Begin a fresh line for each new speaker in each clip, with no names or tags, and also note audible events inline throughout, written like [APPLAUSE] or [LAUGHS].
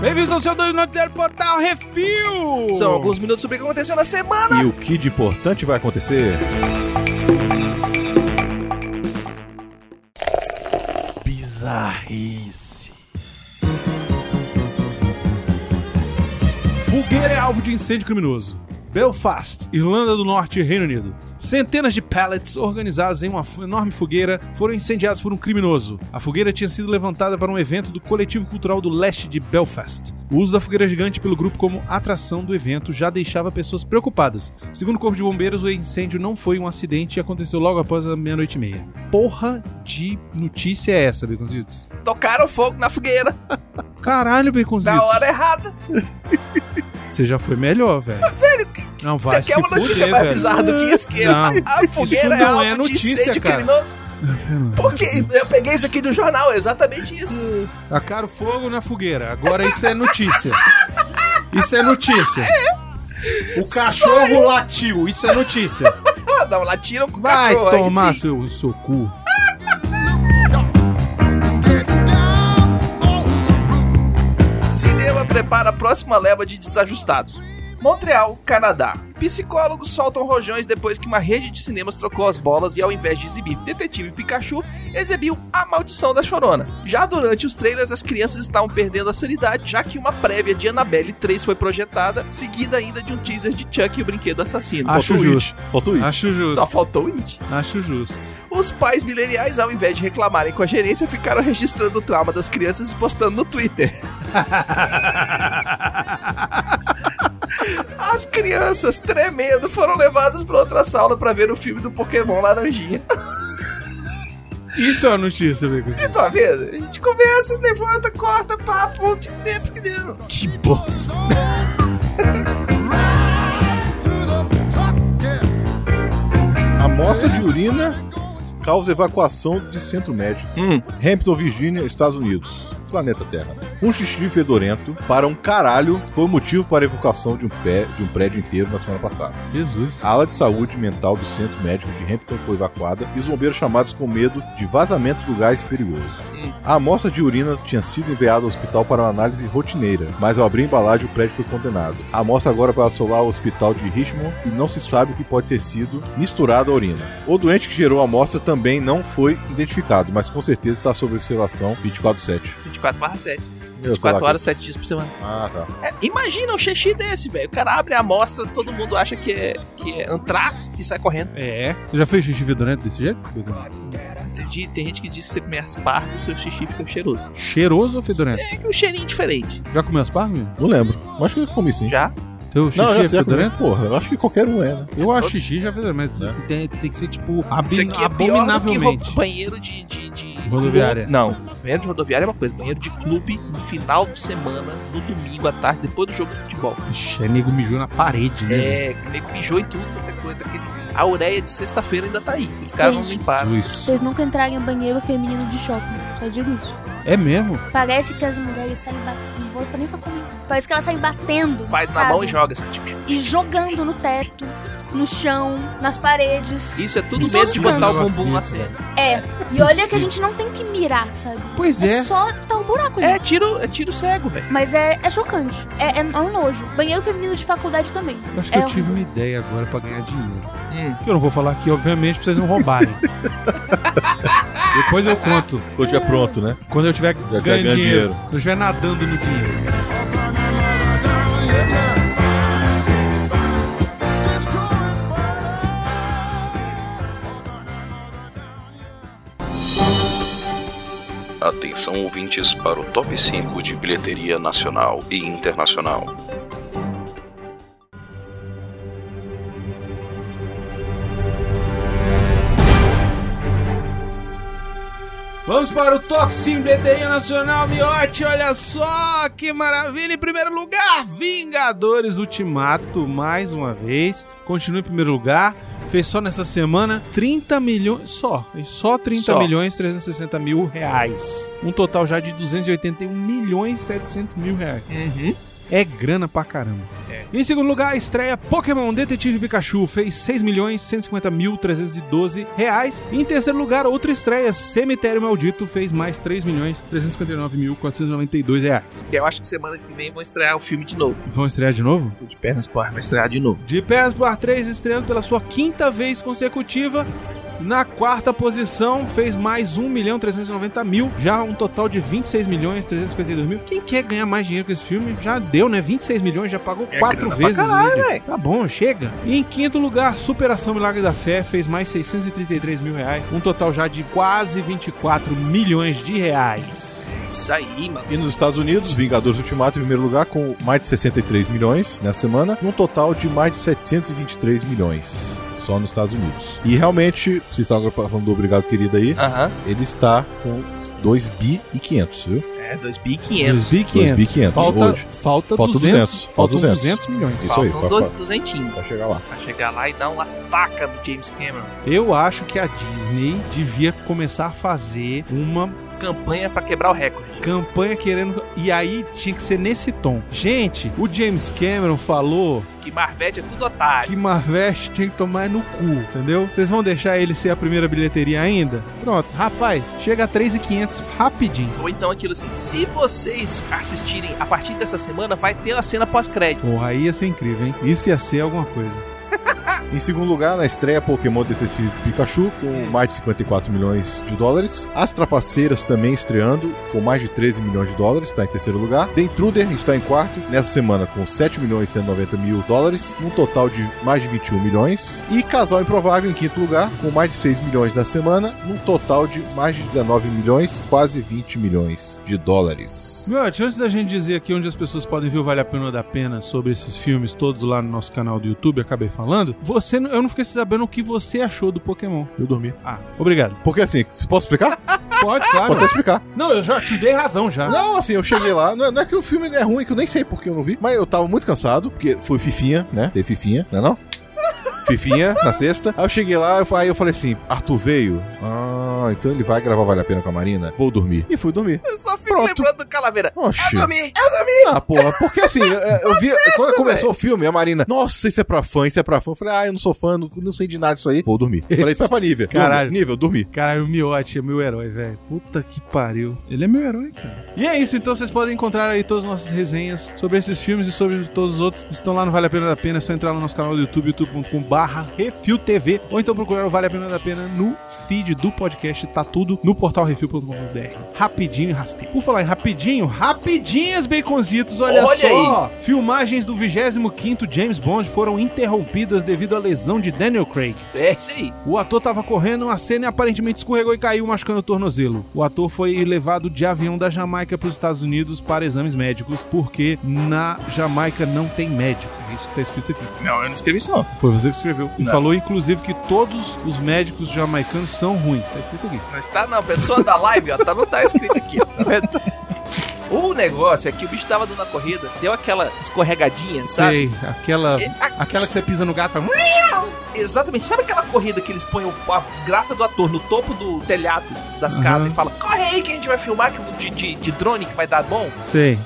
Bem-vindos ao seu 2 Noticiário Portal Refil!
São alguns minutos sobre o que aconteceu na semana.
E o que de importante vai acontecer?
Bizarrice.
Fogueira é alvo de incêndio criminoso. Belfast, Irlanda do Norte, Reino Unido. Centenas de pallets organizados em uma f- enorme fogueira foram incendiados por um criminoso. A fogueira tinha sido levantada para um evento do Coletivo Cultural do Leste de Belfast. O uso da fogueira gigante pelo grupo como atração do evento já deixava pessoas preocupadas. Segundo o Corpo de Bombeiros, o incêndio não foi um acidente e aconteceu logo após a meia-noite e meia. Porra de notícia é essa, Beconzitos?
Tocaram fogo na fogueira
Caralho, Beconzitos.
na hora errada.
Você já foi melhor, velho.
Velho, que-
Não vai
você
se
quer uma notícia
fuder,
mais
velho.
bizarra do que isso? Que é?
Não.
a, a fogueira
Isso não
é,
é
alvo de
notícia,
incêndio
cara.
criminoso. Porque eu peguei isso aqui do jornal, é exatamente isso.
Tacaram fogo na fogueira. Agora isso é notícia. Isso é notícia. O cachorro latiu. Isso é
[LAUGHS]
notícia.
Ah, Não, lá tiram com o
Vai
cachorro, aí
tomar
sim.
seu, seu cu.
Cinema prepara a próxima leva de desajustados. Montreal, Canadá. Psicólogos soltam rojões depois que uma rede de cinemas trocou as bolas e, ao invés de exibir Detetive Pikachu, exibiu A Maldição da Chorona. Já durante os trailers, as crianças estavam perdendo a sanidade, já que uma prévia de Annabelle 3 foi projetada, seguida ainda de um teaser de Chuck e o Brinquedo Assassino.
Acho
Faltou o
justo.
It. Faltou o It.
Acho
Só
justo.
faltou o It.
Acho justo.
Os pais mileniais, ao invés de reclamarem com a gerência, ficaram registrando o trauma das crianças e postando no
[LAUGHS]
Twitter. As crianças, tremendo, foram levadas para outra sala para ver o filme do Pokémon Laranjinha. [LAUGHS]
Isso é uma notícia, Bacon.
Você tá vendo? A gente começa, levanta, corta, papo, tipo, que bosta.
Amostra de urina causa evacuação de centro médico. Hampton, Virgínia, Estados Unidos. Planeta Terra. Um xixi fedorento para um caralho foi o motivo para a evacuação de um, pé, de um prédio inteiro na semana passada.
Jesus.
A ala de saúde mental do centro médico de Hampton foi evacuada e os bombeiros chamados com medo de vazamento do gás perigoso.
Hum.
A amostra de urina tinha sido enviada ao hospital para uma análise rotineira, mas ao abrir a embalagem o prédio foi condenado. A amostra agora vai assolar o hospital de Richmond e não se sabe o que pode ter sido misturado à urina. O doente que gerou a amostra também não foi identificado, mas com certeza está sob observação 24-7.
24 barra 7.
Meu, sei lá
24 horas,
que- é.
7 dias por semana.
Ah, tá.
É, imagina um xixi desse, velho. O cara abre a amostra, todo mundo acha que é, que é antraz e sai correndo.
É. Você já fez xixi fedorento desse jeito? Bacon?
Tem, di- tem gente que diz que você come as parvas, o seu xixi fica cheiroso.
Cheiroso ou fedorento?
É que um cheirinho diferente.
Já comeu as parmas? meu?
Não lembro. Mas acho que eu comi sim.
Já?
Teu xixi
Não, já
é
sei. eu comi.
fedorento?
né? Porra, eu acho que qualquer um é, né?
Eu acho xixi já fedorento, mas tem, tem que ser, tipo, abin-
né? Isso aqui é pior do que
abominavelmente.
ro- banheiro de... de, de
Rodoviária.
clube. Não. Banheiro de rodoviária é uma coisa. Banheiro de clube no final de semana, no domingo à tarde, depois do jogo de futebol.
Ixi, é nego mijou na parede, né?
É, que nego mijou e tudo, qualquer coisa. Aquele... A ureia de sexta-feira ainda tá aí. Os caras não
Gente.
limparam.
Jesus.
Vocês nunca entrarem em um banheiro feminino de shopping. Só digo isso.
É mesmo?
Parece que as mulheres saem batendo. Não vou nem pra comer. Parece que elas saem batendo.
Faz na
sabe?
mão e joga. assim, tipo,
E jogando no teto, no chão, nas paredes.
Isso é tudo
Em
medo
todos
de
os
botar o
cantos.
bumbum na cena.
É. E olha que a gente não tem que mirar, sabe?
Pois
É,
é.
só tá um buraco ali.
É tiro, é tiro cego, velho.
Mas é, é chocante. É, é um nojo. Banheiro feminino de faculdade também.
Eu Acho que
É
eu
um
tive uma ideia agora pra ganhar dinheiro.
Hum.
Que eu não vou falar aqui, obviamente, pra vocês não
[LAUGHS]
roubarem. Depois eu conto.
Hoje é pronto, né?
Quando eu tiver
tiver
ganhando
ganhando
dinheiro,
dinheiro.
Quando eu estiver nadando no dinheiro.
Atenção ouvintes para o top 5 de bilheteria nacional e internacional.
Vamos para o top 5 bilheteria nacional, Miote. Olha só que maravilha. Em primeiro lugar, Vingadores Ultimato, mais uma vez. Continua em primeiro lugar. Fez só nessa semana 30 milhões. Só. Fez Só 30
Só.
milhões 360 um mil reais. Um total já de 281 milhões 700 mil reais.
Uhum.
é grana pra caramba. Em segundo lugar, a estreia Pokémon Detetive Pikachu fez 6 milhões 150 mil 312 reais. Em terceiro lugar, outra estreia Cemitério Maldito fez mais 3 milhões 359 mil 492 reais.
Eu acho que semana que vem vão estrear o filme de novo.
Vão estrear de novo?
O de pernas pro ar vai estrear de novo.
De Pés pro Ar 3 estreando pela sua quinta vez consecutiva. Na quarta posição, fez mais 1 milhão 390 mil, já um total de 26 milhões 352 mil. Quem quer ganhar mais dinheiro com esse filme? Já deu, né? 26 milhões, já pagou
É
quatro
grana pra
vezes.
caralho,
ele.
velho.
Tá bom, chega. E em quinto lugar, Superação Milagre da Fé, fez mais 633 mil reais, um total já de quase 24 milhões de reais.
Isso aí, mano.
E nos Estados Unidos, Vingadores Ultimato em primeiro lugar com mais de 63 milhões na semana, num total de mais de 723 milhões. Só nos Estados Unidos. E realmente, vocês estavam falando do Obrigado Querido aí,
Aham.
ele está com 2 bi e 500, viu?
É, 2.500.
2.500.
2.500
Falta,
hoje.
falta,
Falta
200.
200.
Faltam 200.
200
milhões.
Isso aí,
Faltam
vai-
dois, duzentinhos.
Vai chegar lá.
Pra chegar lá e dar uma taca no James Cameron.
Eu acho que a Disney devia começar a fazer uma
Campanha pra quebrar o recorde.
campanha querendo. E aí tinha que ser nesse tom. Gente, o James Cameron falou
Que Marvete é tudo otário.
que Marvete tem que tomar no cu, entendeu? Vocês vão deixar ele ser a primeira bilheteria ainda? Pronto, rapaz, chega a 3,500 rapidinho.
Ou então aquilo assim, se vocês assistirem a partir dessa semana, vai ter a cena pós-crédito.
Porra, aí ia ser incrível, hein? Isso ia ser alguma coisa.
Em segundo lugar, na estreia Pokémon Detetive Pikachu, com mais de 54 milhões de dólares. As Trapaceiras também estreando, com mais de 13 milhões de dólares, está em terceiro lugar. The Intruder está em quarto, nessa semana com 7 milhões e 190 mil dólares, num total de mais de 21 milhões. E Casal Improvável em quinto lugar, com mais de 6 milhões na semana, num total de mais de 19 milhões, quase 20 milhões de dólares.
Meu, antes da gente dizer aqui onde as pessoas podem ver o Vale a Pena ou da Pena sobre esses filmes todos lá no nosso canal do YouTube, acabei falando, você, não- eu não fiquei sabendo o que você achou do Pokémon.
Eu dormi.
Ah, obrigado.
Porque assim, se posso explicar?
Pode,
Pode
claro.
até explicar.
Não, eu já te dei razão já.
Não, assim, eu cheguei lá. Não é, não é que o filme é ruim, que eu nem sei porque eu não vi. Mas eu tava muito cansado, porque foi Fifinha, né? Teve Fifinha, não é não? Fifinha, [LAUGHS] na sexta. Aí eu cheguei lá, eu fa- aí eu falei assim, Arthur veio? Ah, então ele vai gravar Vale a Pena com a Marina? Vou dormir. E fui dormir.
Eu só fico
Pronto.
lembrando do Calaveira.
Oxi.
Eu dormi.
Ah, porra, porque assim, eu, eu vi, quando começou o filme, a Marina, nossa, isso é pra fã, isso é pra fã. Eu falei, ah, eu não sou fã, não, não sei de nada disso aí. Vou dormir. Falei,
Esse-
Papa Nível.
Caralho.
Nível, dormi.
Cara, o Miote é meu herói, velho. Puta que pariu. Ele é meu herói, cara. E é isso, então vocês podem encontrar aí todas as nossas resenhas sobre esses filmes e sobre todos os outros. Estão lá no Vale a Pena da Pena, é só entrar lá no nosso canal do YouTube, youtube.com/barra refiltv, ou então procurar o Vale a Pena da Pena no feed do podcast, tá tudo no portal refil.com.br. Rapidinho e rasteiro. Por falar em rapidinho, rapidinhas, baconzitos, olha,
Olha
só! Filmagens do 25º James Bond foram interrompidas devido à lesão de Daniel Craig.
É isso aí.
O ator estava correndo uma cena e aparentemente escorregou e caiu, machucando o tornozelo. O ator foi levado de avião da Jamaica para os Estados Unidos para exames médicos, porque na Jamaica não tem médico. É isso que está escrito aqui.
Não, eu não escrevi isso não.
Foi você que escreveu. E
Não.
falou, inclusive, que todos os médicos jamaicanos são ruins. Está escrito aqui.
Não está não, pessoa da live, ó, tá, não tá escrito aqui. ó.
[LAUGHS] É
O negócio é que o bicho tava dando a corrida, deu aquela escorregadinha, sabe?
Sei, aquela,
E a-
aquela que você pisa no gato e faz...
Exatamente. Sabe aquela corrida que eles põem o- a desgraça do ator no topo do telhado das
Aham.
casas e fala: corre aí que a gente vai filmar que, de, de, de drone que vai dar bom?
Sei,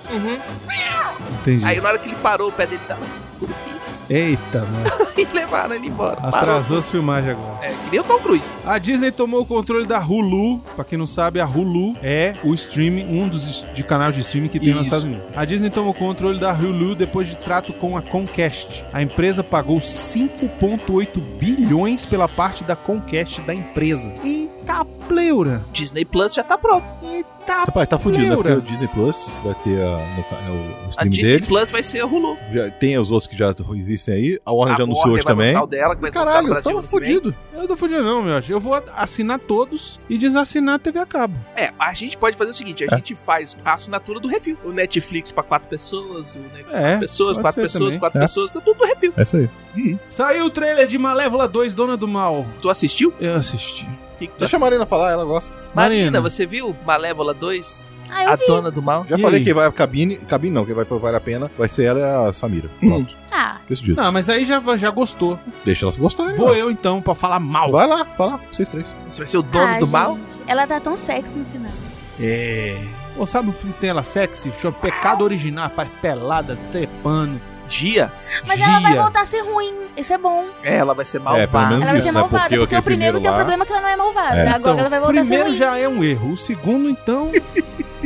entendi.
Uhum. Aí na hora que ele parou, o pé dele tava assim, [LAUGHS] curupim,
Eita, mano.
e levaram ele embora. [LAUGHS] Parou.
Atrasou as filmagens agora.
É, que nem o Tom Cruise.
A Disney tomou o controle da Hulu. Pra quem não sabe, a Hulu é o streaming, um dos es- de canal de streaming que tem nos
Isso.
Estados Unidos. A Disney tomou o controle da Hulu depois de trato com a Comcast. A empresa pagou 5,8 bilhões pela parte da Comcast da empresa. Eita pleura!
Disney Plus já tá pronto.
Eita
Rapaz, tá fudido, né? Porque
pleura!
o Disney Plus vai ter a- no- é o
A
stream
Disney
deles. Tá
Plus vai ser o Hulu.
Já, tem os outros que já existem aí. A Warner
a
já anunciou
Warner
hoje
vai
também.
lançar o dela, que vai lançar no
Caralho,
Brasil
tava
ano que vem.
fudido.
Eu não tô fudido não, meu. Eu vou assinar todos e desassinar a TV a cabo.
É, a gente pode fazer o seguinte: a
É.
gente faz a assinatura do refil. O Netflix pra quatro pessoas, o Netflix
É.
pessoas,
pode
quatro
ser
pessoas,
também.
quatro
É.
pessoas, tá tudo refil.
É isso aí.
Saiu o trailer de Malévola 2, Dona do Mal.
Tu assistiu?
Eu assisti.
O que que tu
Deixa a Marina falar, ela gosta.
Marina, você viu Malévola 2?
Ah,
A
eu vi.
dona do mal?
Já
E
falei
aí?
que vai a cabine. Cabine não, quem vai vale a pena vai ser ela e a Samira. Pronto,
Ah,
[LAUGHS]
decidido.
Não, mas aí já, já gostou.
Deixa elas gostarem.
Vou
né?
eu então pra falar mal.
Vai lá, vai lá, vocês três.
Você vai ser o dono
ah,
do mal?
gente, Ela tá tão sexy no final.
É.
Ou sabe o filme que tem ela sexy? Chama Pecado Original, parte pelada, trepando.
Gia,
Mas ela vai
Gia.
voltar a ser ruim. Isso é bom.
é, ela vai ser malvada.
É, pelo menos
Ela vai
isso,
ser
né?
malvada,
Porque
porque,
aquele
o primeiro,
primeiro
tem o
lá-
problema que ela não é malvada.
É.
Agora ela vai voltar a ser
Então, primeiro
ruim.
já é um erro. O segundo, então.
[LAUGHS]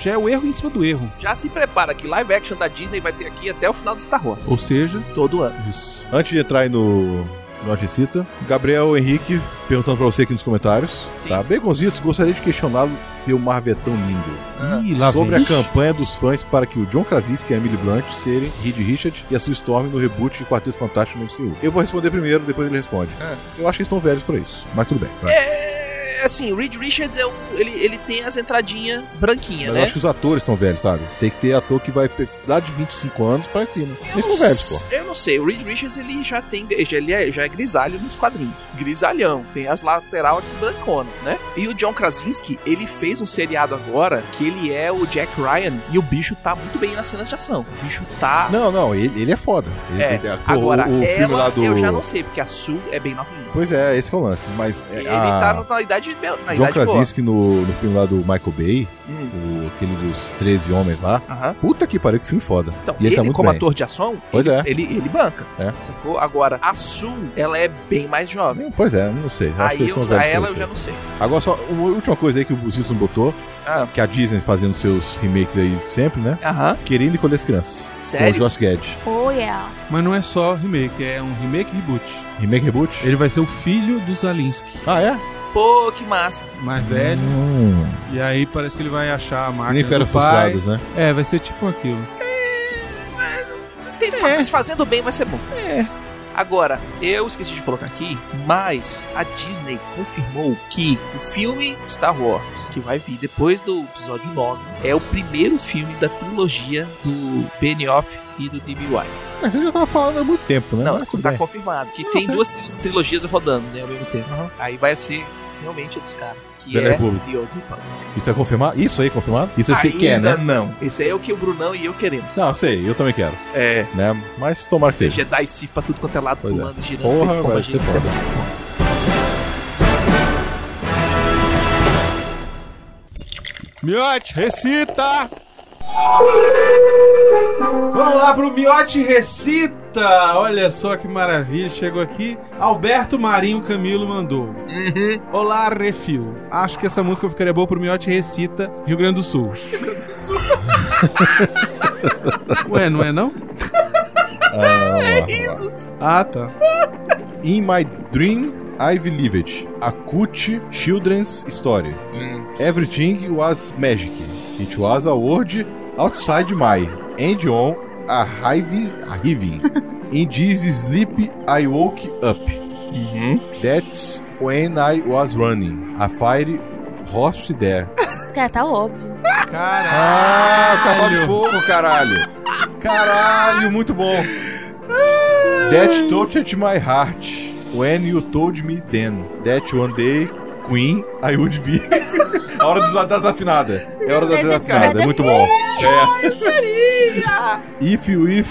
já é o erro em cima do erro.
Já se prepara que live action da Disney vai ter aqui até o final do Star Wars.
Ou seja,
Todo ano.
Isso. Antes de entrar aí no Norte Cita, Gabriel Henrique perguntando pra você aqui nos comentários.
Sim.
Tá? Baconzitos, gostaria de questioná-lo seu marvetão é lindo.
Ih, lá
Ah, sobre
vem.
a campanha dos fãs para que o John Krasinski e a Emily Blunt serem Reed Richard e a Sue Storm no reboot de Quarteto Fantástico no MCU. Eu vou responder primeiro, depois ele responde.
Ah.
Eu acho que eles estão velhos pra isso, mas tudo bem. vai.
É, assim, o Reed Richards é um, ele, ele tem as entradinhas branquinhas,
Mas
né?
eu acho que os atores estão velhos, sabe? Tem que ter ator que vai pe- lá de 25 anos pra cima. Eles estão velhos, pô.
Eu não sei, o Reed Richards ele já tem. já- Ele é, já é grisalho nos quadrinhos. Grisalhão. Tem as lateral aqui brancona, né? E o John Krasinski, ele fez um seriado agora que ele é o Jack Ryan e o bicho tá muito bem nas cenas de ação. O bicho tá.
Não, não, ele, ele é foda. Ele-
É,
ele- pô,
agora,
o, o
ela,
filme lá do.
eu já não sei, porque a Sue é bem novinha.
Pois é, esse que é o lance. Mas é,
Ele
a-
tá na- na idade, na
John
idade boa.
Krasinski no, no filme lá do Michael Bay,
Hum,
o, aquele dos 13 homens lá.
aham.
Puta que pariu, que filme foda.
Então,
E ele
ele,
tá muito
como
bem.
ator de ação,
Pois
ele,
é.
ele, ele banca.
É.
Sacou? Agora, a Sue, ela é bem mais jovem.
Pois é, não sei. Acho que
Aí
eles estão
eu, a
velhos
ela
pra
eu
isso.
já não sei.
Agora só, uma última coisa aí que o Zitos não botou,
Ah,
que a Disney fazendo seus remakes aí sempre, né?
Aham,
Querendo encolher as crianças. Com o
sério?
Josh Gad.
Oh, yeah.
mas não é só remake, é um remake reboot.
Remake reboot?
Ele vai ser o filho do Zalinski,
Ah, é?
Pô, que massa.
mais velho.
Hum.
E aí parece que ele vai achar a
Nem
máquina
fera
do pai.
frustrados, né?
É, vai ser tipo aquilo.
É.
Tem fa- se fazendo bem vai ser bom. É. Agora, eu esqueci de colocar aqui, mas a Disney confirmou que o filme Star Wars, que vai vir depois do episódio 9, é o primeiro filme da trilogia do Benioff e do D.B. Wise.
Mas você já tava falando há muito tempo, né?
Não,
Mas tudo
tá
bem.
confirmado. Que
Não,
tem
sei.
duas tri- trilogias rodando, né, ao mesmo tempo. Aí vai ser realmente dos caras. Que
Velha
é
República.
The Old Republic.
Isso é confirmado? Isso aí é confirmado? Isso você quer,
Ainda
né?
não. Esse aí é o que o Brunão e eu queremos.
Não, sei, eu também quero,
É.
né? Mas tomara que seja.
Jedi Sif pra tudo quanto é lado,
Pois é.
pulando, girando.
Porra,
feito pomba
vai ser
gira, isso é
foda.
muito foda.
Miote, recita! Vamos lá pro Miote Recita! Olha só que maravilha, chegou aqui. Alberto Marinho Camilo mandou.
Uhum.
Olá, Refil. Acho que essa música ficaria boa pro Miote Recita, Rio Grande do Sul.
Meu Deus do céu.
[LAUGHS] Ué, não é não? É
Ah,
Jesus.
Ah, tá.
In My Dream, I Believe It. A Cult Children's Story. Everything was magic. It was a world outside my and on a hiving, a hiving. In this sleep I woke up.
Uhum.
That's when I was running. A fire horse there.
Cara, tá óbvio.
Ah, cavalo de
Caralho!
fogo, caralho. Caralho, muito bom. That touched my heart when you told me then. That one day, Queen, I would be. A hora dos- da desafinada. É a hora da
Esse
desafinada,
cara-
é muito bom. É. If you if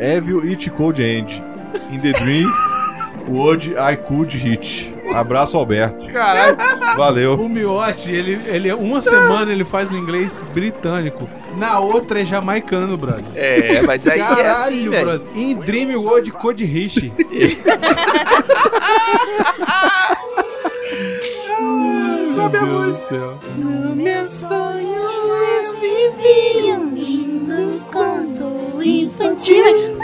evil it could end. In the dream, would I could hit. Abraço, Alberto.
Caralho!
Valeu.
O Miote, ele, ele, uma semana ele faz o inglês britânico, na outra é jamaicano, brother.
É, mas aí é assim, velho.
brother. Em Dream World Code
[LAUGHS]
Rich. [LAUGHS] Sobe a música.
Vivi um lindo conto infantil.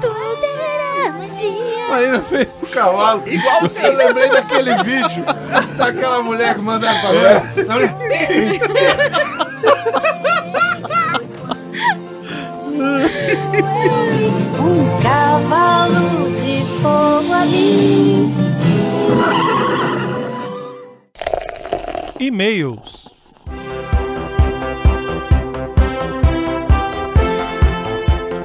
Tudo era magia.
Marina fez o cavalo.
Igual o
Eu lembrei daquele vídeo daquela mulher que mandava pra nós. Sabe?
um cavalo de fogo ali.
E-mails.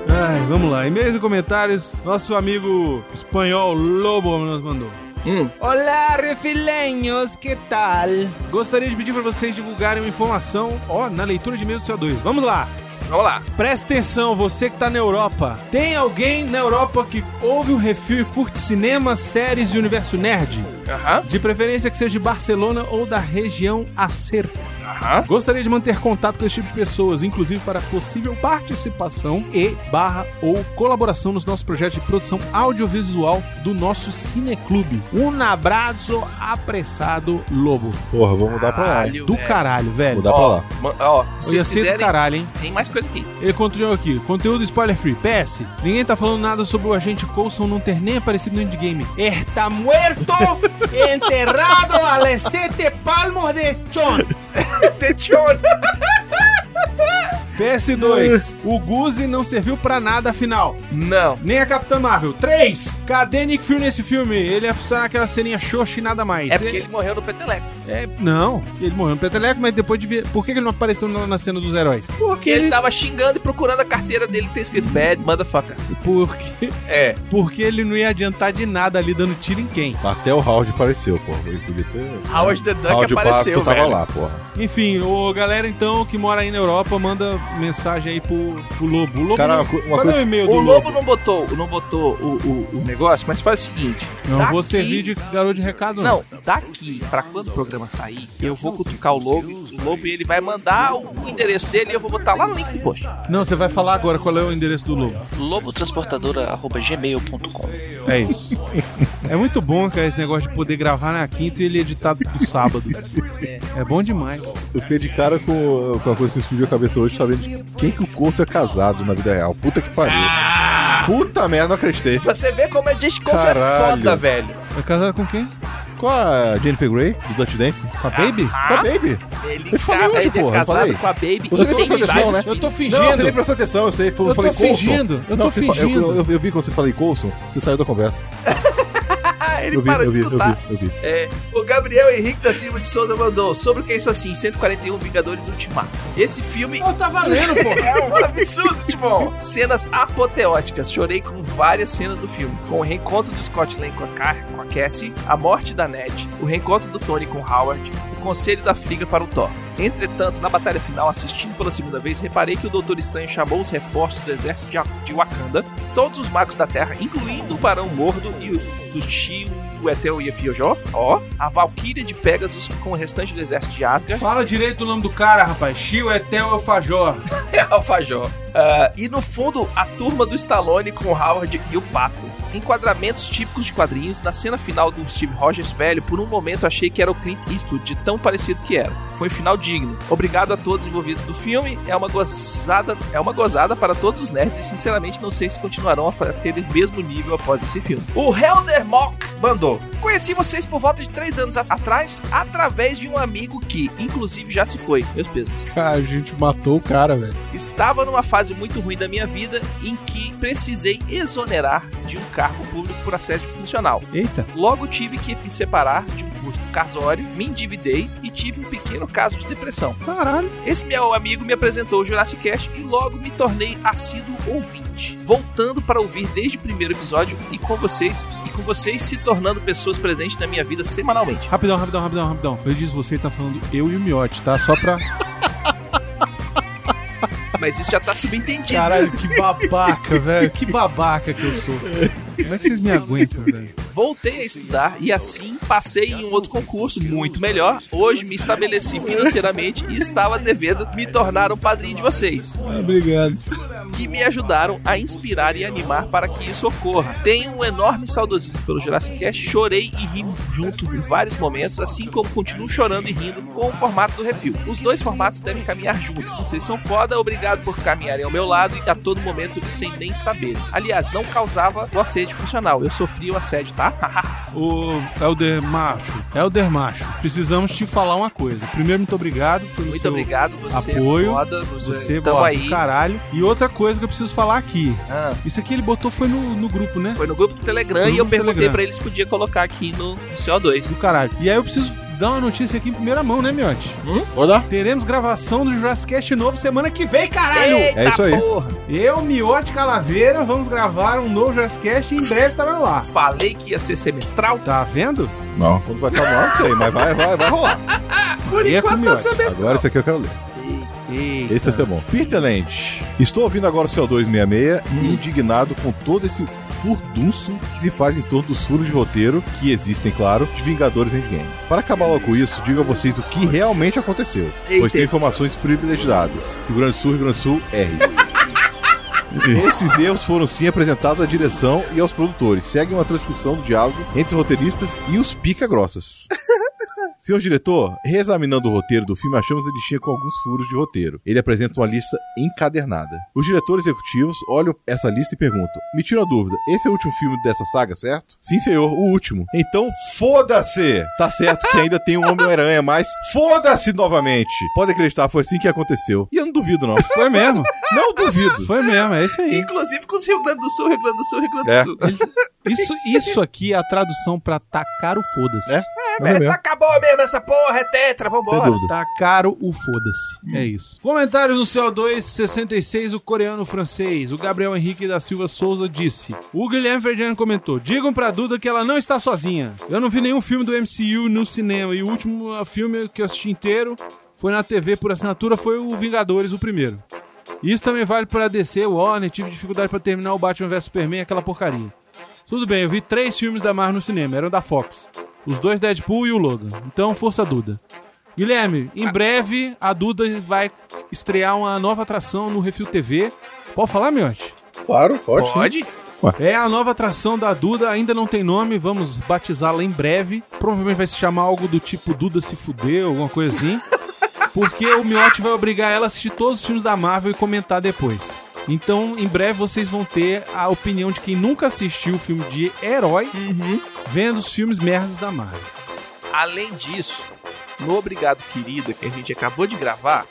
Ai, vamos lá. E-mails e comentários. Nosso amigo espanhol Lobo nos mandou.
Hum.
Olá, refilenhos, que tal? Gostaria de pedir para vocês divulgarem uma informação, ó, na leitura de e-mails do CO2. Vamos lá.
Vamos lá.
Presta atenção, você que tá na Europa. Tem alguém na Europa que ouve o refil e curte cinema, séries e universo nerd?
Aham,
De preferência que seja de Barcelona ou da região a cerca.
aham.
Gostaria de manter contato com esse tipo de pessoas, inclusive para possível participação e barra ou colaboração nos nossos projetos de produção audiovisual do nosso Cineclube. Um abraço apressado, Lobo.
Porra, vou mudar pra lá. hein?
Caralho,
Do
velho.
caralho, velho.
Mudar pra
Ó,
lá.
man- Ó, se
Eu ia
vocês
ser do
quiserem,
caralho, hein?
tem mais coisa aqui.
Ele continua aqui. Conteúdo spoiler free. PS. Ninguém tá falando nada sobre o agente Coulson não ter nem aparecido no endgame. Está
[LAUGHS]
muerto, enterrado a sete palmos de chon.
[LAUGHS]
PS2. O Guzi não serviu pra nada, afinal.
Não.
Nem a Capitã Marvel. 3. Cadê Nick Fury nesse filme? Ele é só naquela ceninha xoxa e nada mais.
É porque ele morreu no Peteleco.
É- Não, ele morreu no Peteleco, mas depois de ver... Por que que ele não apareceu na na cena dos heróis?
Porque ele tava xingando e procurando a carteira dele que tem escrito Bad Motherfucker.
Porque...
É.
Porque ele não ia adiantar de nada ali dando tiro em quem.
Até o Howard apareceu, porra. Ele devia ter.
Howard the Duck
Howard
apareceu,
Barton tava
velho.
lá, porra.
Enfim, o galera então que mora aí na Europa manda mensagem aí pro, pro Lobo. O Lobo
Cara,
não-
uma co- uma
qual
coisa-
é o e-mail do
O
Lobo?
Lobo não botou, não botou o, o- o negócio, mas faz o seguinte.
Não
daqui-
vou servir de garoto de recado, tá não.
Não, daqui pra quando o programa sair, eu vou cutucar o Lobo, o Lobo e ele vai mandar o endereço dele e eu vou botar lá no link do post.
Não, você vai falar agora qual é o endereço do Lobo.
Lobotransportadora.gmail.com
É isso. é muito bom, cara, esse negócio de poder gravar na quinta e ele é editado no sábado. É bom demais.
Eu fiquei de cara com, com uma coisa que explodiu a cabeça hoje, sabendo de quem que o Coulson é casado na vida real. Puta que pariu. Puta merda, não acreditei.
Pra você ver como é desconfiança é
Caralho.
foda, velho.
É casado com quem?
Com a Jennifer Grey, do Dutch Dance.
Com a Baby?
Com a Baby.
Ele,
Eu te falei hoje,
ele é
porra, eu falei.
casado com a Baby
Você
e
nem
tem
prestou atenção,
vários
né?
filhos.
Eu tô
Não, você nem
fingindo.
prestou atenção, eu sei. Eu,
Eu
falei
tô
Coulson.
fingindo, eu tô
você fa- eu-
fingindo.
Eu, eu vi quando você falei Coulson, você saiu da conversa.
Ah, ele
eu vi,
parou
eu
de
vi, eu
escutar.
vi, eu vi.
É, o Gabriel Henrique da Silva de Souza mandou sobre o que é isso assim, 141 Vingadores Ultimato. Esse filme
Ô, tá valendo, pô.
é um [LAUGHS] absurdo, Timão. Cenas apoteóticas. Chorei com várias cenas do filme. Com o reencontro do Scott Lang com a, Car com a Cassie, a morte da Ned, o reencontro do Tony com Howard, o conselho da Friga para o Thor. Entretanto, na batalha final, assistindo pela segunda vez, reparei que o Doutor Estranho chamou os reforços do exército de, A- de Wakanda, todos os magos da Terra, incluindo o Barão Mordo e o do Tio, o Etel e a Fiojó, ó, a Valkyria de Pegasus com o restante do exército de Asgard,
Fala direito o nome do cara, rapaz. é Chio Etel Alfajor.
[LAUGHS] Alfajor. Ah, e no fundo, a turma do Stallone com o Howard e o Pato. Enquadramentos típicos de quadrinhos. Na cena final do Steve Rogers velho, por um momento achei que era o Clint Eastwood, de tão parecido que era. Foi um final digno. Obrigado a todos envolvidos do filme. É uma gozada, é uma gozada para todos os nerds e sinceramente não sei se continuarão a fa- ter o mesmo nível após esse filme. O Helder Mock mandou. Conheci vocês por volta de três anos a- atrás através de um amigo que, inclusive, já se foi. Meus pesos.
Cara, a gente matou o cara, velho.
Estava numa fase muito ruim da minha vida em que precisei exonerar de um cargo público por assédio funcional.
Eita.
Logo tive que me separar de um curso do casório, me endividei e tive um pequeno caso de depressão.
Caralho.
Esse meu amigo me apresentou o Jurassic Cast e logo me tornei assíduo ouvinte, voltando para ouvir desde o primeiro episódio e com vocês e com vocês se tornando pessoas presentes na minha vida semanalmente.
Rapidão, rapidão, rapidão, rapidão. Eu disse você tá falando eu e o Miote, tá? Só pra.
Mas isso já tá subentendido.
[LAUGHS] Caralho, que [LAUGHS] babaca, velho. Que babaca que eu sou. Como é que vocês me aguentam, velho?
Voltei a estudar e assim passei em um outro concurso muito melhor. Hoje me estabeleci financeiramente e estava devendo me tornar um padrinho de vocês,
Obrigado.
que me ajudaram a inspirar e animar para que isso ocorra. Tenho um enorme saudosismo pelo Jurassic Cast, chorei e ri junto em vários momentos, assim como continuo chorando e rindo com o formato do refil. Os dois formatos devem caminhar juntos. Vocês são foda, obrigado por caminharem ao meu lado e a todo momento sem nem saber. Aliás, não causava o assédio funcional, eu sofri o assédio, tá? [LAUGHS]
Ô, Helder Macho. Helder Macho, precisamos te falar uma coisa. Primeiro, muito obrigado pelo
Muito
seu
obrigado, você
apoio,
é foda,
Você,
tamo
boa,
aí.
caralho. E outra coisa que eu preciso falar aqui.
Ah,
Isso aqui ele botou foi no, no grupo, né?
foi no grupo do Telegram
Foi no
e eu
grupo do
perguntei
Telegram.
pra eles se podia colocar aqui no, no CO2.
Do caralho. E aí eu preciso dar uma notícia aqui em primeira mão, né, Miote?
Hum?
Olá.
Teremos gravação do Jurassic Cast novo semana que vem, caralho!
É isso aí.
porra!
Eu, Miote Calaveira, vamos gravar um novo Jazzcast e em breve estará no ar.
Falei que ia ser semestral.
Tá vendo?
Não. Quando vai estar no ar, não sei, mas vai, vai, vai rolar.
Por
E é
enquanto
com
tá
miote.
semestral.
Agora isso aqui eu quero ler.
Eita.
Esse vai ser bom. Peter Land. Estou ouvindo agora o CO266 e indignado com todo esse furdunço que se faz em torno dos furos de roteiro, que existem, claro, de Vingadores Endgame. Para acabar logo com isso, digo a vocês o que realmente aconteceu, pois tem informações privilegiadas. Rio Grande do Sul, Rio Grande do Sul, R. Esses erros foram sim apresentados à direção e aos produtores. Segue uma transcrição do diálogo entre os roteiristas e os pica-grossas. Senhor diretor, reexaminando o roteiro do filme, achamos ele tinha com alguns furos de roteiro. Ele apresenta uma lista encadernada. Os diretores executivos olham essa lista e perguntam: Me tira a dúvida, esse é o último filme dessa saga, certo? Sim, senhor, o último. Então, foda-se! Tá certo que ainda tem um Homem-Aranha, mas foda-se novamente! Pode acreditar, foi assim que aconteceu. E eu não duvido, não. [LAUGHS]
Foi mesmo,
Não duvido!
foi mesmo, é isso aí.
Inclusive com os Rio Grande do Sul, Rio Grande do Sul, Rio Grande do
É.
Sul.
Isso, isso aqui é a tradução pra tacar o foda-se.
É? Não
É,
mesmo.
tá acabou mesmo essa porra, é tetra,
Sem
vambora.
dúvida.
Tá caro o foda-se. É isso. Comentários no CO2 66, o coreano francês, o Gabriel Henrique da Silva Souza disse. O Guilherme Ferdinand comentou: Digam pra Duda que ela não está sozinha. Eu não vi nenhum filme do MCU no cinema e o último ah, filme que eu assisti inteiro foi na TV por assinatura foi o Vingadores, o primeiro. Isso também vale pra DC, Warner, tive dificuldade pra terminar o Batman vs Superman, aquela porcaria. Tudo bem, eu vi três filmes da Marvel no cinema, eram da Fox. Os dois Deadpool e o Logan. Então, força Duda. Guilherme, em breve a Duda vai estrear uma nova atração no Refil TV. Pode falar, Miote?
Claro, pode. sim.
Pode?
É a nova atração da Duda, ainda não tem nome, vamos batizá-la em breve. Provavelmente vai se chamar algo do tipo Duda se fudeu, alguma coisa assim. Porque o Miotti vai obrigar ela a assistir todos os filmes da Marvel e comentar depois. Então, em breve vocês vão ter a opinião de quem nunca assistiu o filme de herói
Uhum.
vendo os filmes merdas da Marvel.
Além disso, no Obrigado Querida, que a gente acabou de gravar,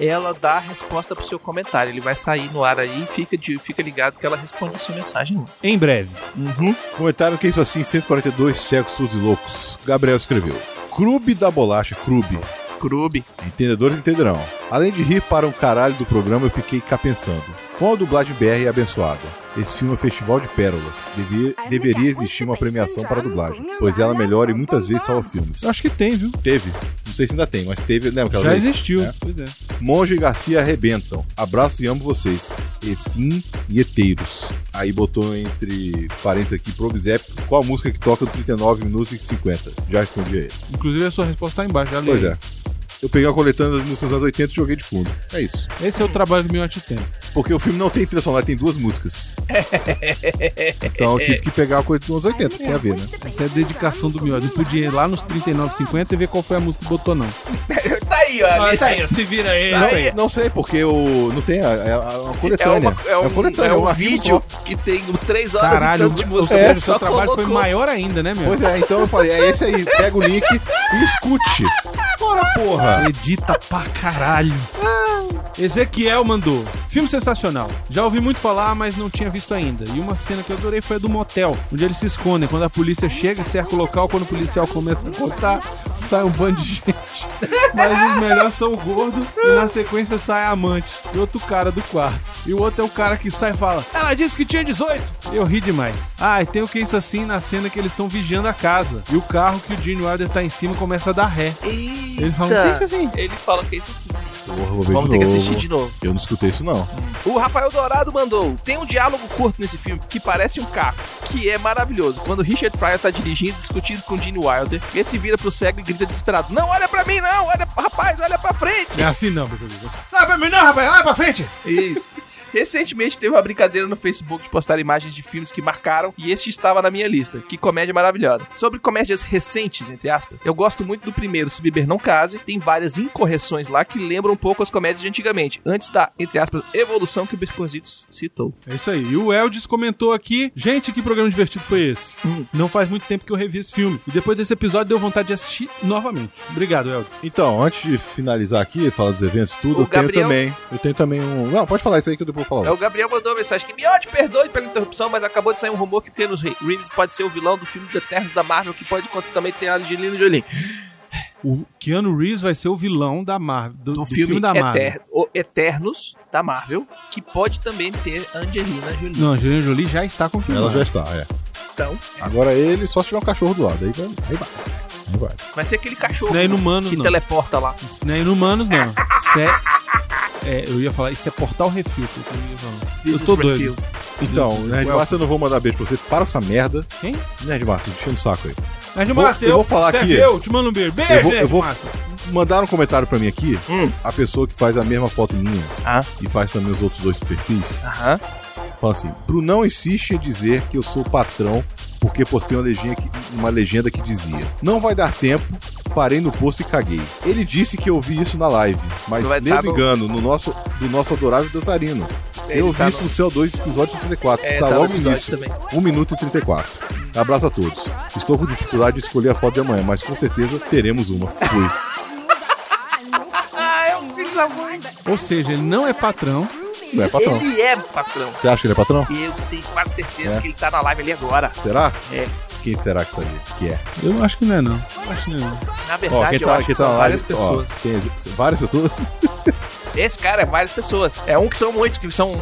ela dá a resposta pro seu comentário. Ele vai sair no ar aí, fica, de, fica ligado que ela responde a sua mensagem lá.
Em breve.
Uhum.
Comentário que é isso assim, 142 cegos, surdos e loucos. Gabriel escreveu. Clube da bolacha, clube.
Clube.
Entendedores entenderão. Além de rir para um caralho do programa, eu fiquei cá pensando. Com a dublagem BR abençoada. Esse filme é um festival de pérolas. Devia- deveria existir uma premiação para a dublagem, pois ela melhora e muitas vezes salva filmes. Ah,
Eu acho que tem, viu?
Teve, não sei se ainda tem, mas teve, lembra aquela
Já
vez?
existiu.
É.
Pois é.
Monge e Garcia arrebentam. Abraço e amo vocês. Efim e Eteiros. Aí botou entre parênteses aqui, Provizep, qual a música que toca no 39 minutos e 50? Já respondi a ele.
Inclusive a sua resposta tá embaixo, já
Pois
leio.
é. Eu peguei uma coletânea das músicas dos anos 80 e joguei de fundo. É isso.
Esse é o trabalho do Miotti Tempo.
Porque o filme não tem trilha sonora, tem duas músicas. Então eu tive que pegar uma coisa dos anos 80, tem a ver, né?
Essa é a dedicação do Miotti. Não podia ir lá nos 39,50 e ver qual foi a música que botou, não.
Tá aí, ó. a lista.
se vira Ah, aí.
Não, não sei, porque o, não tem. a- É, a- uma coletânea.
é é um,
uma coletânea,
é um
arquivo
vídeo
só.
que tem 3 horas e
Caralho,
tanto de
ou
música.
seja,
Ele
o seu
só
trabalho foi
colocou.
maior ainda, né, meu?
Pois é, então eu falei, é esse aí, pega o link e escute. Bora, porra!
Edita pra caralho. Ezequiel mandou. Filme sensacional. Já ouvi muito falar, mas não tinha visto ainda. E uma cena que eu adorei foi a do motel, onde eles se escondem. Quando a polícia chega e cerca o local, quando o policial começa a contar, sai um bando de gente. Mas os melhores são o gordo e na sequência sai a amante e outro cara do quarto. E o outro é o cara que sai e fala: Ela disse que tinha 18. Eu ri demais. Ah, e tem o que isso assim na cena que eles estão vigiando a casa. E o carro que o Gene Wilder tá em cima começa a dar ré.
Eita.
Ele fala, "O que é isso assim?
Ele fala que é isso assim.
Porra, vou ver
Vamos ter
de
que
novo.
assistir de novo.
Eu não escutei isso, não.
O Rafael Dourado mandou. Tem um diálogo curto nesse filme que parece um carro, que é maravilhoso. Quando Richard Pryor tá dirigindo, discutindo com Gene Wilder, ele se vira pro cego e grita desesperado: Não olha pra mim, não! Olha, rapaz, olha pra frente!
É assim não, meu amigo. Não, pra mim não, rapaz. Olha pra frente.
Isso. Recentemente teve uma brincadeira no Facebook de postar imagens de filmes que marcaram e este estava na minha lista. Que comédia maravilhosa. Sobre comédias recentes, entre aspas, eu gosto muito do primeiro, Se Beber Não Case. Tem várias incorreções lá que lembram um pouco as comédias de antigamente, antes da, entre aspas, evolução que o Biscozitos citou.
É isso aí. E o Eldis comentou aqui. Gente, que programa divertido foi esse?
Hum.
Não faz muito tempo que eu revi esse filme. E depois desse episódio deu vontade de assistir novamente. Obrigado, Eldis.
Então, antes de finalizar aqui, falar dos eventos e tudo,
O
eu
Gabriel-
tenho também. Eu tenho também um. Não, pode falar isso aí que eu depois falo.
É, o Gabriel mandou uma mensagem que Miote, perdoe pela interrupção, mas acabou de sair um rumor que o Keanu Reeves pode ser o vilão do filme do Eterno da Marvel, que pode contar- também ter a Angelina Jolie.
O Keanu Reeves vai ser o vilão da Marvel. Do,
do,
do
filme,
da Marvel.
Eter- o Eternos da Marvel, que pode também ter Angelina Jolie.
Não, a Angelina Jolie já está
Ela
confirmada.
já está, é.
Então,
Agora ele só se tiver um cachorro do lado. Aí vai. Aí vai. Aí vai.
vai ser aquele
Isso
cachorro
não é inumanos,
que
não.
teleporta lá.
Isso não é inumanos, não. Isso é... é, Eu ia falar, isso é Portal Refil. que eu ia falar. Eu
This
tô
is
doido.
Refill.
Então,
né,
Nerdmassa, eu não vou mandar beijo pra você. Para com essa merda.
Quem?
Nerdmassa, deixa no saco aí.
Nerd
Vou-
Master,
eu vou falar
você é
aqui.
meu, te mando um beijo. Beijo,
Eu vou- eu
Nerd
vou-
Master.
Mandaram um comentário pra mim aqui,
Hum.
a pessoa que faz a mesma foto minha
Ah.
e faz também os outros dois perfis,
Aham.
fala assim, Brunão insiste em dizer que eu sou patrão porque postei uma legenda, que, uma legenda que dizia não vai dar tempo, parei no posto e caguei. Ele disse que eu vi isso na live, mas
Vai
lendo
tá no-
engano, no nosso, do nosso adorável dançarino.
Ele
eu
tá
vi
no-
isso no CO2 episódio 64,
É,
está
tá no
logo no
episódio
início,
também.
1 minuto e 34. Abraço a todos. Estou com dificuldade de escolher a foto de amanhã, mas com certeza teremos uma. Fui.
Ah, é um filho da mãe.
Ou seja, ele não é patrão.
Não é patrão.
Ele é patrão.
Você acha que ele é patrão?
Eu tenho quase certeza
É.
que ele tá na live ali agora.
Será?
É.
Quem será que tá ali? Que é?
Eu acho que não é, não. Acho que não é, não.
Na
Ó,
verdade,
quem
eu
tá,
acho
quem
que
tá
são
na
várias
live?
pessoas.
Ó, tem ex- várias pessoas? [LAUGHS]
Esse cara é várias pessoas. É um que são muitos, que são.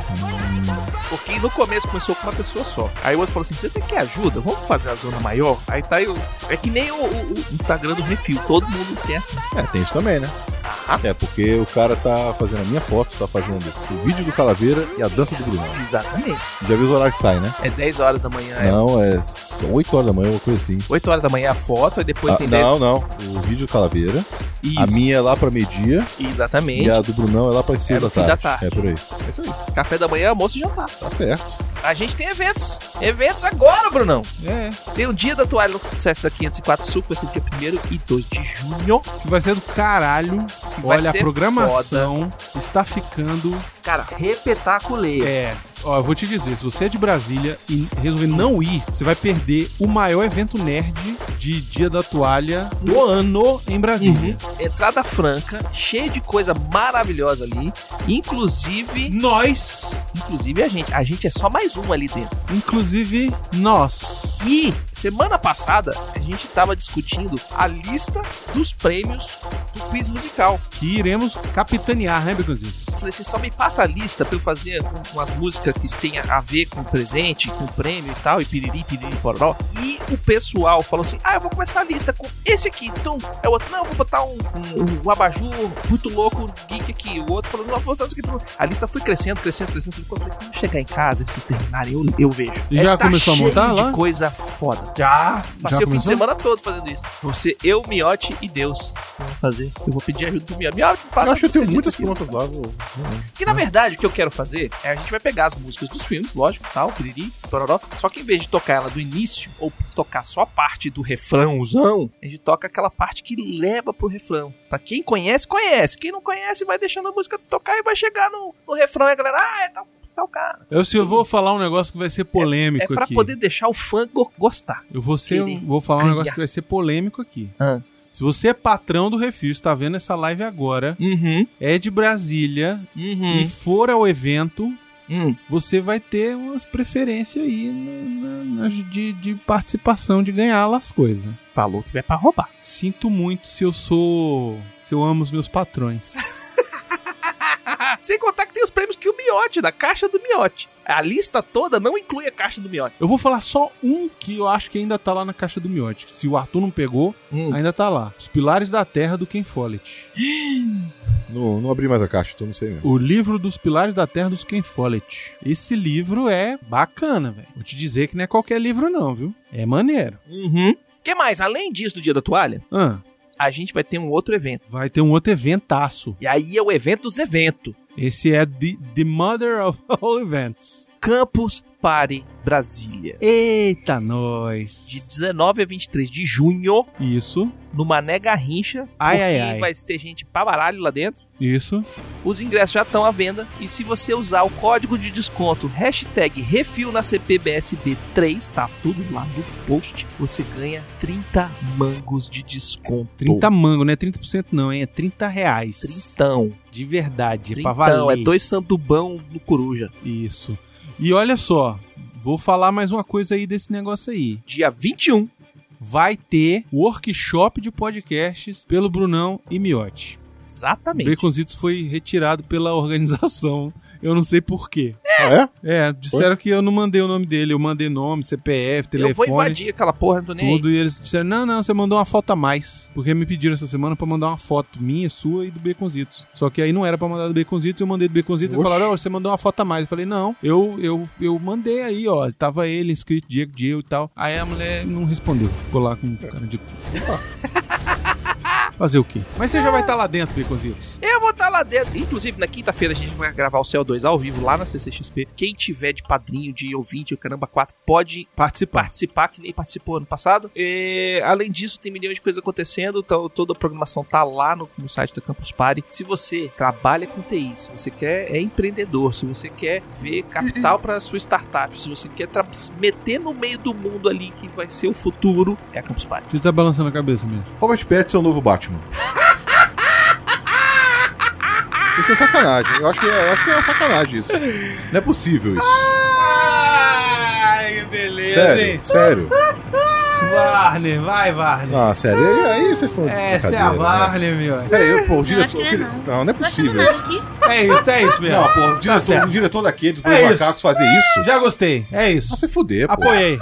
Porque no começo começou com uma pessoa só. Aí o outro falou assim: se você quer ajuda, vamos fazer a zona maior. Aí tá eu. É que nem o, o- o Instagram do refil, todo mundo quer assim.
É, tem isso também, né?
Ah.
É, porque o cara tá fazendo a minha foto, tá fazendo o vídeo do Calaveira e a dança do Brunão.
Exatamente.
Já viu os horários que saem, né?
É 10 horas da manhã, é
Não, é são 8 horas da manhã, uma coisa assim.
8 horas da manhã é a foto, aí depois
Ah,
tem 10.
não, não. O vídeo do Calaveira.
Isso,
A minha é lá pra meio-dia
exatamente.
e a do Brunão é lá pra 6
É no
da,
fim
tarde.
da tarde.
É por aí. É isso aí.
Café da manhã, almoço e jantar.
Tá certo.
A gente tem eventos. Eventos agora, Brunão.
É,
Tem o dia da toalha no sucesso da 504 Sul, que vai ser dia 1 e 2 de junho.
que vai ser do caralho.
Vai
Olha, a
ser
programação está ficando.
Cara, repetaculeiro.
É. Ó, eu vou te dizer, se você é de Brasília e resolver não ir, você vai perder o maior evento nerd de Dia da Toalha
Uhum.
do ano em Brasília.
É.
Entrada franca, cheio de coisa maravilhosa ali. Inclusive,
Nós,
inclusive a gente. A gente é só mais um ali dentro.
inclusive nós.
E semana passada a gente tava discutindo a lista dos prêmios do quiz musical.
que iremos capitanear, né, Beconzitos?
Eu Falei assim, só me passa a lista pra eu fazer um- umas músicas que tenha a ver com o presente, com o prêmio e tal, e piriri, piriri, pororó. E o pessoal falou assim, ah, eu vou começar a lista com esse aqui, então, é o outro, não, eu vou botar um, um, um abajur muito louco, um geek aqui. O outro falou, não, eu vou botar isso aqui. A lista foi crescendo, crescendo, crescendo. Eu falei, quando eu chegar em casa, e vocês terminarem, eu, eu vejo. É, tá
E já começou a
cheio
montar
de
lá?
coisa foda. Já. Passei o fim de
começou?
semana todo fazendo isso. Você, eu, Miote e Deus. Eu vou fazer. Eu vou pedir ajuda do Miote. Miote, me passa
Eu acho que eu
essa
tenho
lista
muitas
aqui.
perguntas lá. vou-
Que na verdade o que eu quero fazer é a gente vai pegar as músicas dos filmes, lógico, tal, piriri, pororó. Só que em vez de tocar ela do início, ou tocar só a parte do refrãozão, a gente toca aquela parte que leva pro refrão. Pra quem conhece, conhece. Quem não conhece, vai deixando a música tocar e vai chegar no, no refrão e a galera, ah, é tal, tal cara.
Eu, se eu vou falar um negócio que vai ser polêmico
É pra
aqui.
poder deixar o fã go- gostar.
Eu vou, ser,
querer
vou falar um
ganhar.
negócio que vai ser polêmico aqui.
Ah.
Se você é patrão do Refil, está vendo essa live agora,
Uhum,
é de Brasília e
uhum.
for ao evento,
Hum.
você vai ter umas preferências aí na- na- na- de, de participação, de ganhar lá as coisas.
Falou que vai pra roubar.
Sinto muito se eu sou. se eu amo os meus patrões.
[LAUGHS] Ah, Sem contar que tem os prêmios que o Miote, da caixa do Miote. A lista toda não inclui a caixa do Miote.
Eu vou falar só um que eu acho que ainda tá lá na caixa do miote. que Se o Arthur não pegou,
Hum.
ainda tá lá. Os Pilares da Terra do Ken Follett.
Não, não abri mais a caixa, então não sei mesmo.
O livro dos Pilares da Terra dos Ken Follett. Esse livro é bacana, velho. Vou te dizer que não é qualquer livro, não, viu? É maneiro.
Uhum. que mais? Além disso, do Dia da Toalha,
Ah,
a gente vai ter um outro evento.
vai ter um outro eventaço.
E aí é o evento dos eventos.
Esse é The, the Mother of [LAUGHS] All Events.
Campus Party Brasília.
Eita,
De
nós.
19 a 23 de junho,
Isso,
no Mané Garrincha.
Ai, ai,
porque
ai.
vai ter gente pra baralho lá dentro.
isso.
Os ingressos já estão à venda. E se você usar o código de desconto, hashtag refil na CPBSB3, tá tudo lá no post, você ganha 30 mangos de desconto.
30 mango, não é 30% não, hein? É 30 reais.
Trintão.
De verdade, é pra
Trintão. É
valer.
dois sandubão no coruja.
Isso. E olha só, vou falar mais uma coisa aí desse negócio aí.
dia 21.
Vai ter workshop de podcasts pelo Brunão e Miotti. [LAUGHS]
Exatamente.
Baconzitos foi retirado pela organização. Eu não sei porquê.
Ah,
É, disseram que eu não mandei o nome dele, eu mandei nome, CPF,
Eu vou
telefone,
invadir aquela porra, não tô nem aí.
tudo. E eles disseram: não, não, você mandou uma foto a mais. Porque me pediram essa semana pra mandar uma foto minha, sua e do Baconzitos. Só que aí não era pra mandar do Baconzitos, eu mandei do Baconzitos e
Oxe.
falaram: ó, você mandou uma foto a mais. Eu falei: não, eu, eu, eu mandei aí, ó. Tava ele inscrito, Diego, Diego e tal. Aí a mulher não respondeu, ficou lá com cara de.
[LAUGHS]
Fazer o quê? Mas você já vai estar lá dentro, Baconzitos.
Eu vou estar lá dentro. Inclusive, na quinta-feira a gente vai gravar o CO2 ao vivo lá na CCXP. Quem tiver de padrinho, de ouvinte, o caramba 4, pode
Participar.
participar, que nem participou ano passado. E, além disso, tem milhões de coisas acontecendo. Então, toda a programação tá lá no, no site da Campus Party. Se você trabalha com TI, se você quer é empreendedor, se você quer ver capital para sua startup, se você quer tra- se meter no meio do mundo ali que vai ser o futuro, é a Campus Party.
Você tá balançando a cabeça mesmo.
é? Robert Pattinson, novo Batman. Isso é sacanagem. Eu acho, que é, eu acho que é uma sacanagem isso. Não é possível
Ah,
isso.
Ai, que beleza,
Sério, sério.
Varner, vai, Varner.
Ah, sério. E aí vocês estão. de
É, você é a
brincadeira, né?
Varner, meu.
Peraí, pô, o
acho
diretor.
que não é não.
Não, não é
Tô achando
possível
nada
isso.
aqui.
É isso, é isso mesmo.
Não, pô, o
Tá
diretor,
certo.
o didiretor daquele, dos
É isso.
macacos, fazer isso.
Já gostei. É isso.
Não se fuder, pô.
Apoiei.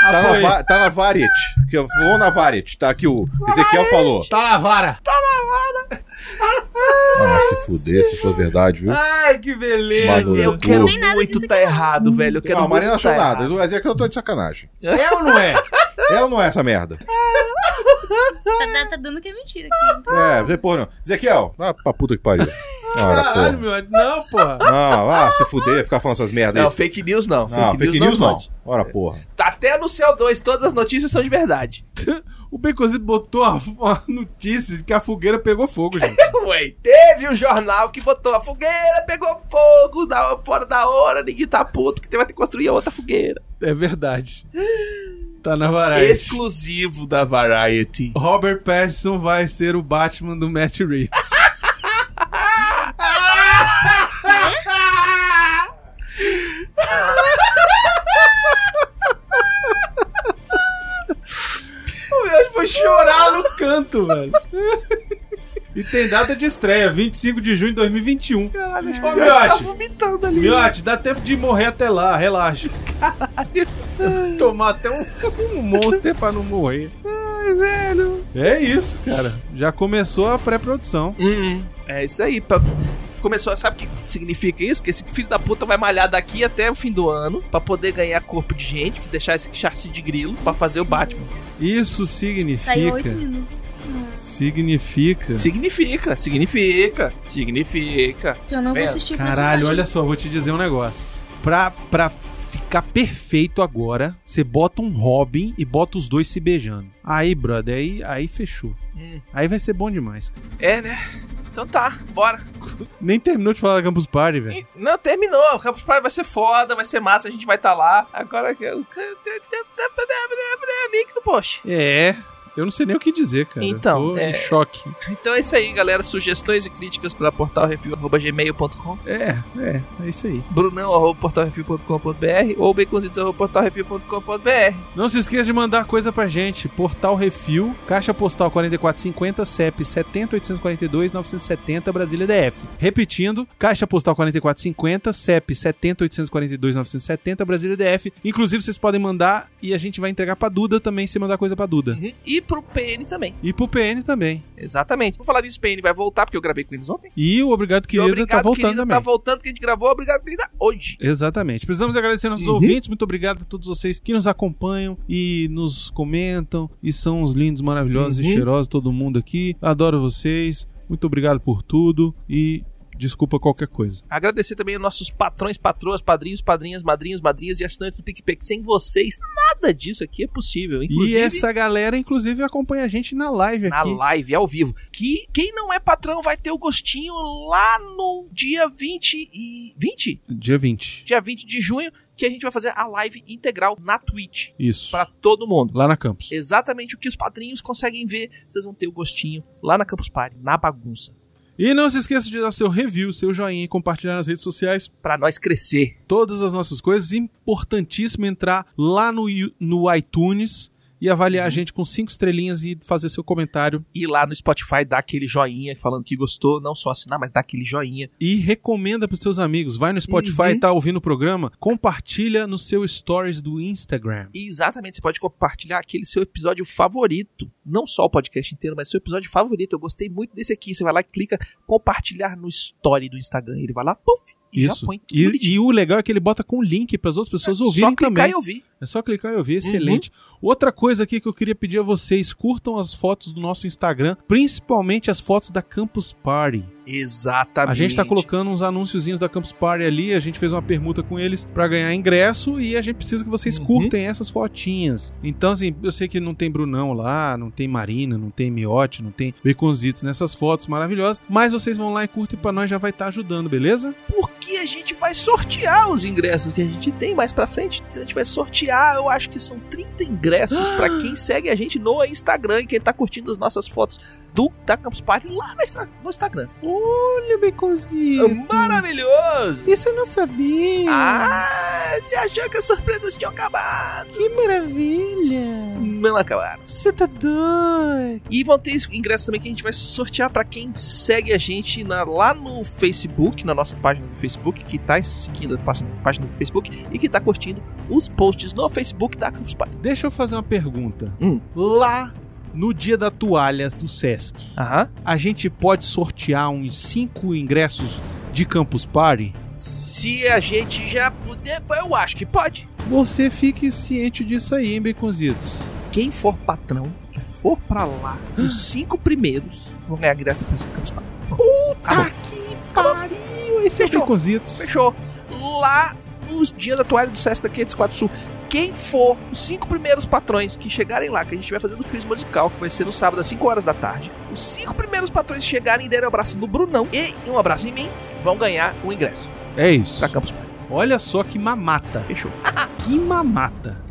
Tá na,
Apoiei.
va- tá na Variety. Que eu vou na Variety. Tá aqui o Ezequiel falou.
Tá na vara.
Ah, se fuder, se for verdade, viu?
Ai, que beleza.
Maduro.
Eu quero
Não tem nada
muito
disso
tá
aqui, não.
errado, velho. Eu quero
Não, a Maria não
muito
achou
tá
nada.
errado.
Mas é que eu tô de sacanagem.
É
[LAUGHS]
ou não é?
Ela não é essa merda.
Tá, tá- tá dando que é mentira aqui.
É, você porra não. Ezequiel, vá pra puta que pariu. [LAUGHS] Ora,
Caralho,
porra.
meu. Não, porra.
Não, ah, se fuder, ficar falando essas merdas
Não,
aí.
fake news não.
Não, fake news não.
pode.
Ora, porra.
Tá até no CO2, todas as notícias são de verdade. [LAUGHS]
O Baconzito botou uma, uma notícia de que a fogueira pegou fogo, gente.
Ué, teve um jornal que botou a fogueira, pegou fogo, da, fora da hora, ninguém tá puto, que vai ter que construir outra fogueira.
É verdade. Tá na varagem.
Exclusivo da Variety.
Robert Pattinson vai ser o Batman do Matt Reeves.
Eu vou chorar no...
Canto, velho. E tem data de estreia, 25 de junho de 2021.
Caralho, acho que
Ô,
o Miotti tá
Miotti.
vomitando ali.
Miote, dá tempo de morrer até lá, relaxa. Tomar até um, um monster pra não morrer.
Ai, velho.
É isso, cara. Já começou a pré-produção.
Hum, é isso aí. pra- Começou, sabe o que significa isso? Que esse filho da puta vai malhar daqui até o fim do ano pra poder ganhar corpo de gente, deixar esse chassi de grilo pra fazer o Batman.
Isso
Saiu oito
significa.
minutos.
Significa.
Significa, significa, significa.
Eu não vou
Vendo?
assistir o próximo
Caralho,
episódio.
olha só, vou te dizer um negócio. Pra, pra ficar perfeito agora, você bota um Robin e bota os dois se beijando. Aí, brother, aí, aí fechou.
Hum.
Aí vai ser bom demais.
É, né? Então tá, bora.
Nem terminou de falar da Campus Party, velho.
Ih, Não, terminou. O Campus Party vai ser foda, vai ser massa, a gente vai estar tá lá. Agora. Link no post.
É. Eu não sei nem o que dizer, cara.
Então,
Tô
é-
em choque.
Então é isso aí, galera. Sugestões e críticas para portalreview.gmail.com,
É, é, é isso aí.
brunão.portalreview.com.br ou baconzitos.portalreview.com.br.
Não se esqueça de mandar coisa pra gente. Portal Refil, Caixa Postal 4450, CEP 70842 970, Brasília DF. Repetindo, Caixa Postal 4450, CEP 70842 970, Brasília DF. Inclusive, vocês podem mandar e a gente vai entregar pra Duda também, se mandar coisa pra Duda.
Uhum. E pro PN também.
E pro PN também.
Exatamente. Vou falar disso, PN vai voltar, porque eu gravei com eles ontem.
E o Obrigado
E
Querida tá voltando
querida,
também.
tá voltando, porque a gente gravou. Obrigado, querida, hoje.
Exatamente. Precisamos agradecer nossos
Uhum.
ouvintes. Muito obrigado a todos vocês que nos acompanham e nos comentam. E são os lindos, maravilhosos
Uhum.
e cheirosos, todo mundo aqui. Adoro vocês. Muito obrigado por tudo e desculpa qualquer coisa.
Agradecer também aos nossos patrões, patroas, padrinhos, padrinhas, madrinhos, madrinhas e assinantes do PicPay. que Sem vocês, nada disso aqui é possível. Inclusive,
e essa galera, inclusive, acompanha a gente na live
na
aqui.
live, ao vivo. Que quem não é patrão vai ter o gostinho lá no dia 20 e... 20?
Dia 20.
Dia 20 de junho, que a gente vai fazer a live integral na Twitch.
Isso.
Pra todo mundo.
Lá na Campus.
Exatamente o que os padrinhos conseguem ver. Vocês vão ter o gostinho lá na Campus Party, na bagunça.
E não se esqueça de dar seu review, seu joinha e compartilhar nas redes sociais.
Pra nós crescer.
todas as nossas coisas. Importantíssimo entrar lá no, i- no iTunes e
Uhum.
avaliar a gente com cinco estrelinhas e fazer seu comentário.
E lá no Spotify dá aquele joinha falando que gostou, não só assinar, mas dá aquele joinha.
E recomenda pros seus amigos. Vai no Spotify,
Uhum.
tá ouvindo o programa, compartilha no seu stories do Instagram.
E exatamente, você pode compartilhar aquele seu episódio favorito. Não só o podcast inteiro, mas seu episódio favorito. Eu gostei muito desse aqui. Você vai lá e clica compartilhar no story do Instagram. Ele vai lá, puf, e já
Isso.
põe tudo
E,
bonitinho.
e o legal é que ele bota com link para as outras pessoas ouvirem
Só clicar
também.
e Uhum. ouvir.
É só clicar e ouvir, excelente. Outra coisa aqui que eu queria pedir a vocês, curtam as fotos do nosso Instagram, principalmente as fotos da Campus Party.
Exatamente.
A gente tá colocando uns anúnciozinhos da Campus Party ali, a gente fez uma permuta com eles pra ganhar ingresso e a gente precisa que vocês
Uhum.
curtem essas fotinhas. Então, assim, eu sei que não tem Brunão lá, não tem Marina, não tem Miote, não tem Baconzitos nessas fotos maravilhosas, mas vocês vão lá e curtem pra nós, já vai estar ajudando, beleza?
porque a gente vai sortear os ingressos que a gente tem mais pra frente. Então a gente vai sortear, eu acho que são 30 ingressos pra quem segue a gente no Instagram e quem tá curtindo as nossas fotos do da Campus Party lá na estra- no Instagram. Ah,
Olha, Baconzitos!
Maravilhoso!
Isso eu não sabia!
Ah, você achou que as surpresas tinham acabado?
Que maravilha!
Não acabaram.
Você tá doido?
E vão ter ingressos também que a gente vai sortear pra quem segue a gente na- lá no Facebook, na nossa página do Facebook, que tá seguindo a página, página do Facebook e que tá curtindo os posts no Facebook da Campus Party.
Deixa eu fazer uma pergunta.
Hum.
Lá no dia da toalha do Sesc,
Aham.
a gente pode sortear uns 5 ingressos de Campus Party?
Se a gente já puder, eu acho que pode.
Você fique ciente disso aí, hein, Baconzitos?
Quem for patrão e for pra lá, os cinco primeiros vão ganhar ingresso da pessoa do Campus Party. Acabou.
que pariu! Esse é o
Fechou.
Baconzitos.
Fechou. Lá nos dias da toalha do SESC da 504 Sul. Quem for os cinco primeiros patrões que chegarem lá, que a gente vai fazendo quiz musical, que vai ser no sábado às 5 horas da tarde. Os cinco primeiros patrões que chegarem e derem um abraço no Brunão e um abraço em mim, vão ganhar um ingresso
É isso.
pra Campus Party.
Olha só que mamata.
Fechou.
[LAUGHS] Que mamata.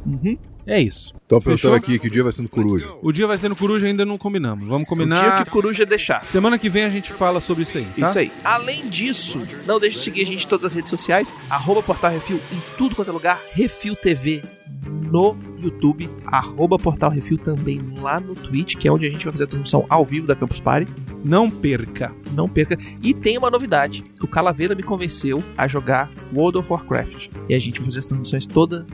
É isso.
Estão perguntando
Fechou?
Então, aqui que dia vai ser no Coruja.
O dia vai ser no Coruja, ainda não combinamos. Vamos
O dia
combinar.
que o Coruja deixar.
Semana que vem a gente fala sobre isso aí. Tá?
Isso aí. Além disso, não deixe de seguir a gente em todas as redes sociais, arroba Portal Refil em tudo quanto é lugar, Refil TV no YouTube, arroba Portal Refil também lá no Twitch, que é onde a gente vai fazer a transmissão ao vivo da Campus Party.
Não perca.
Não perca. E tem uma novidade, o Calaveira me convenceu a jogar World of Warcraft. E a gente vai fazer as transmissões todas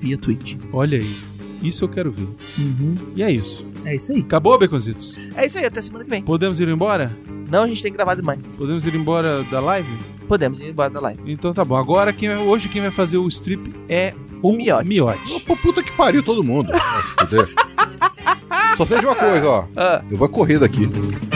via Twitch.
Olha aí. Isso eu quero ver. E é isso.
Uhum. É isso aí.
Acabou, Beconzitos?
É isso aí, até semana que vem.
Podemos ir embora?
Não, a gente tem gravado demais.
Podemos ir embora da live?
Podemos ir embora da live.
Então tá bom. Agora, quem vai- hoje quem vai fazer o strip é o,
O Miote.
Ô, pô, puta que pariu todo mundo. Vai se fuder. Só sei de uma coisa, ó.
Ah.
Eu vou correr daqui.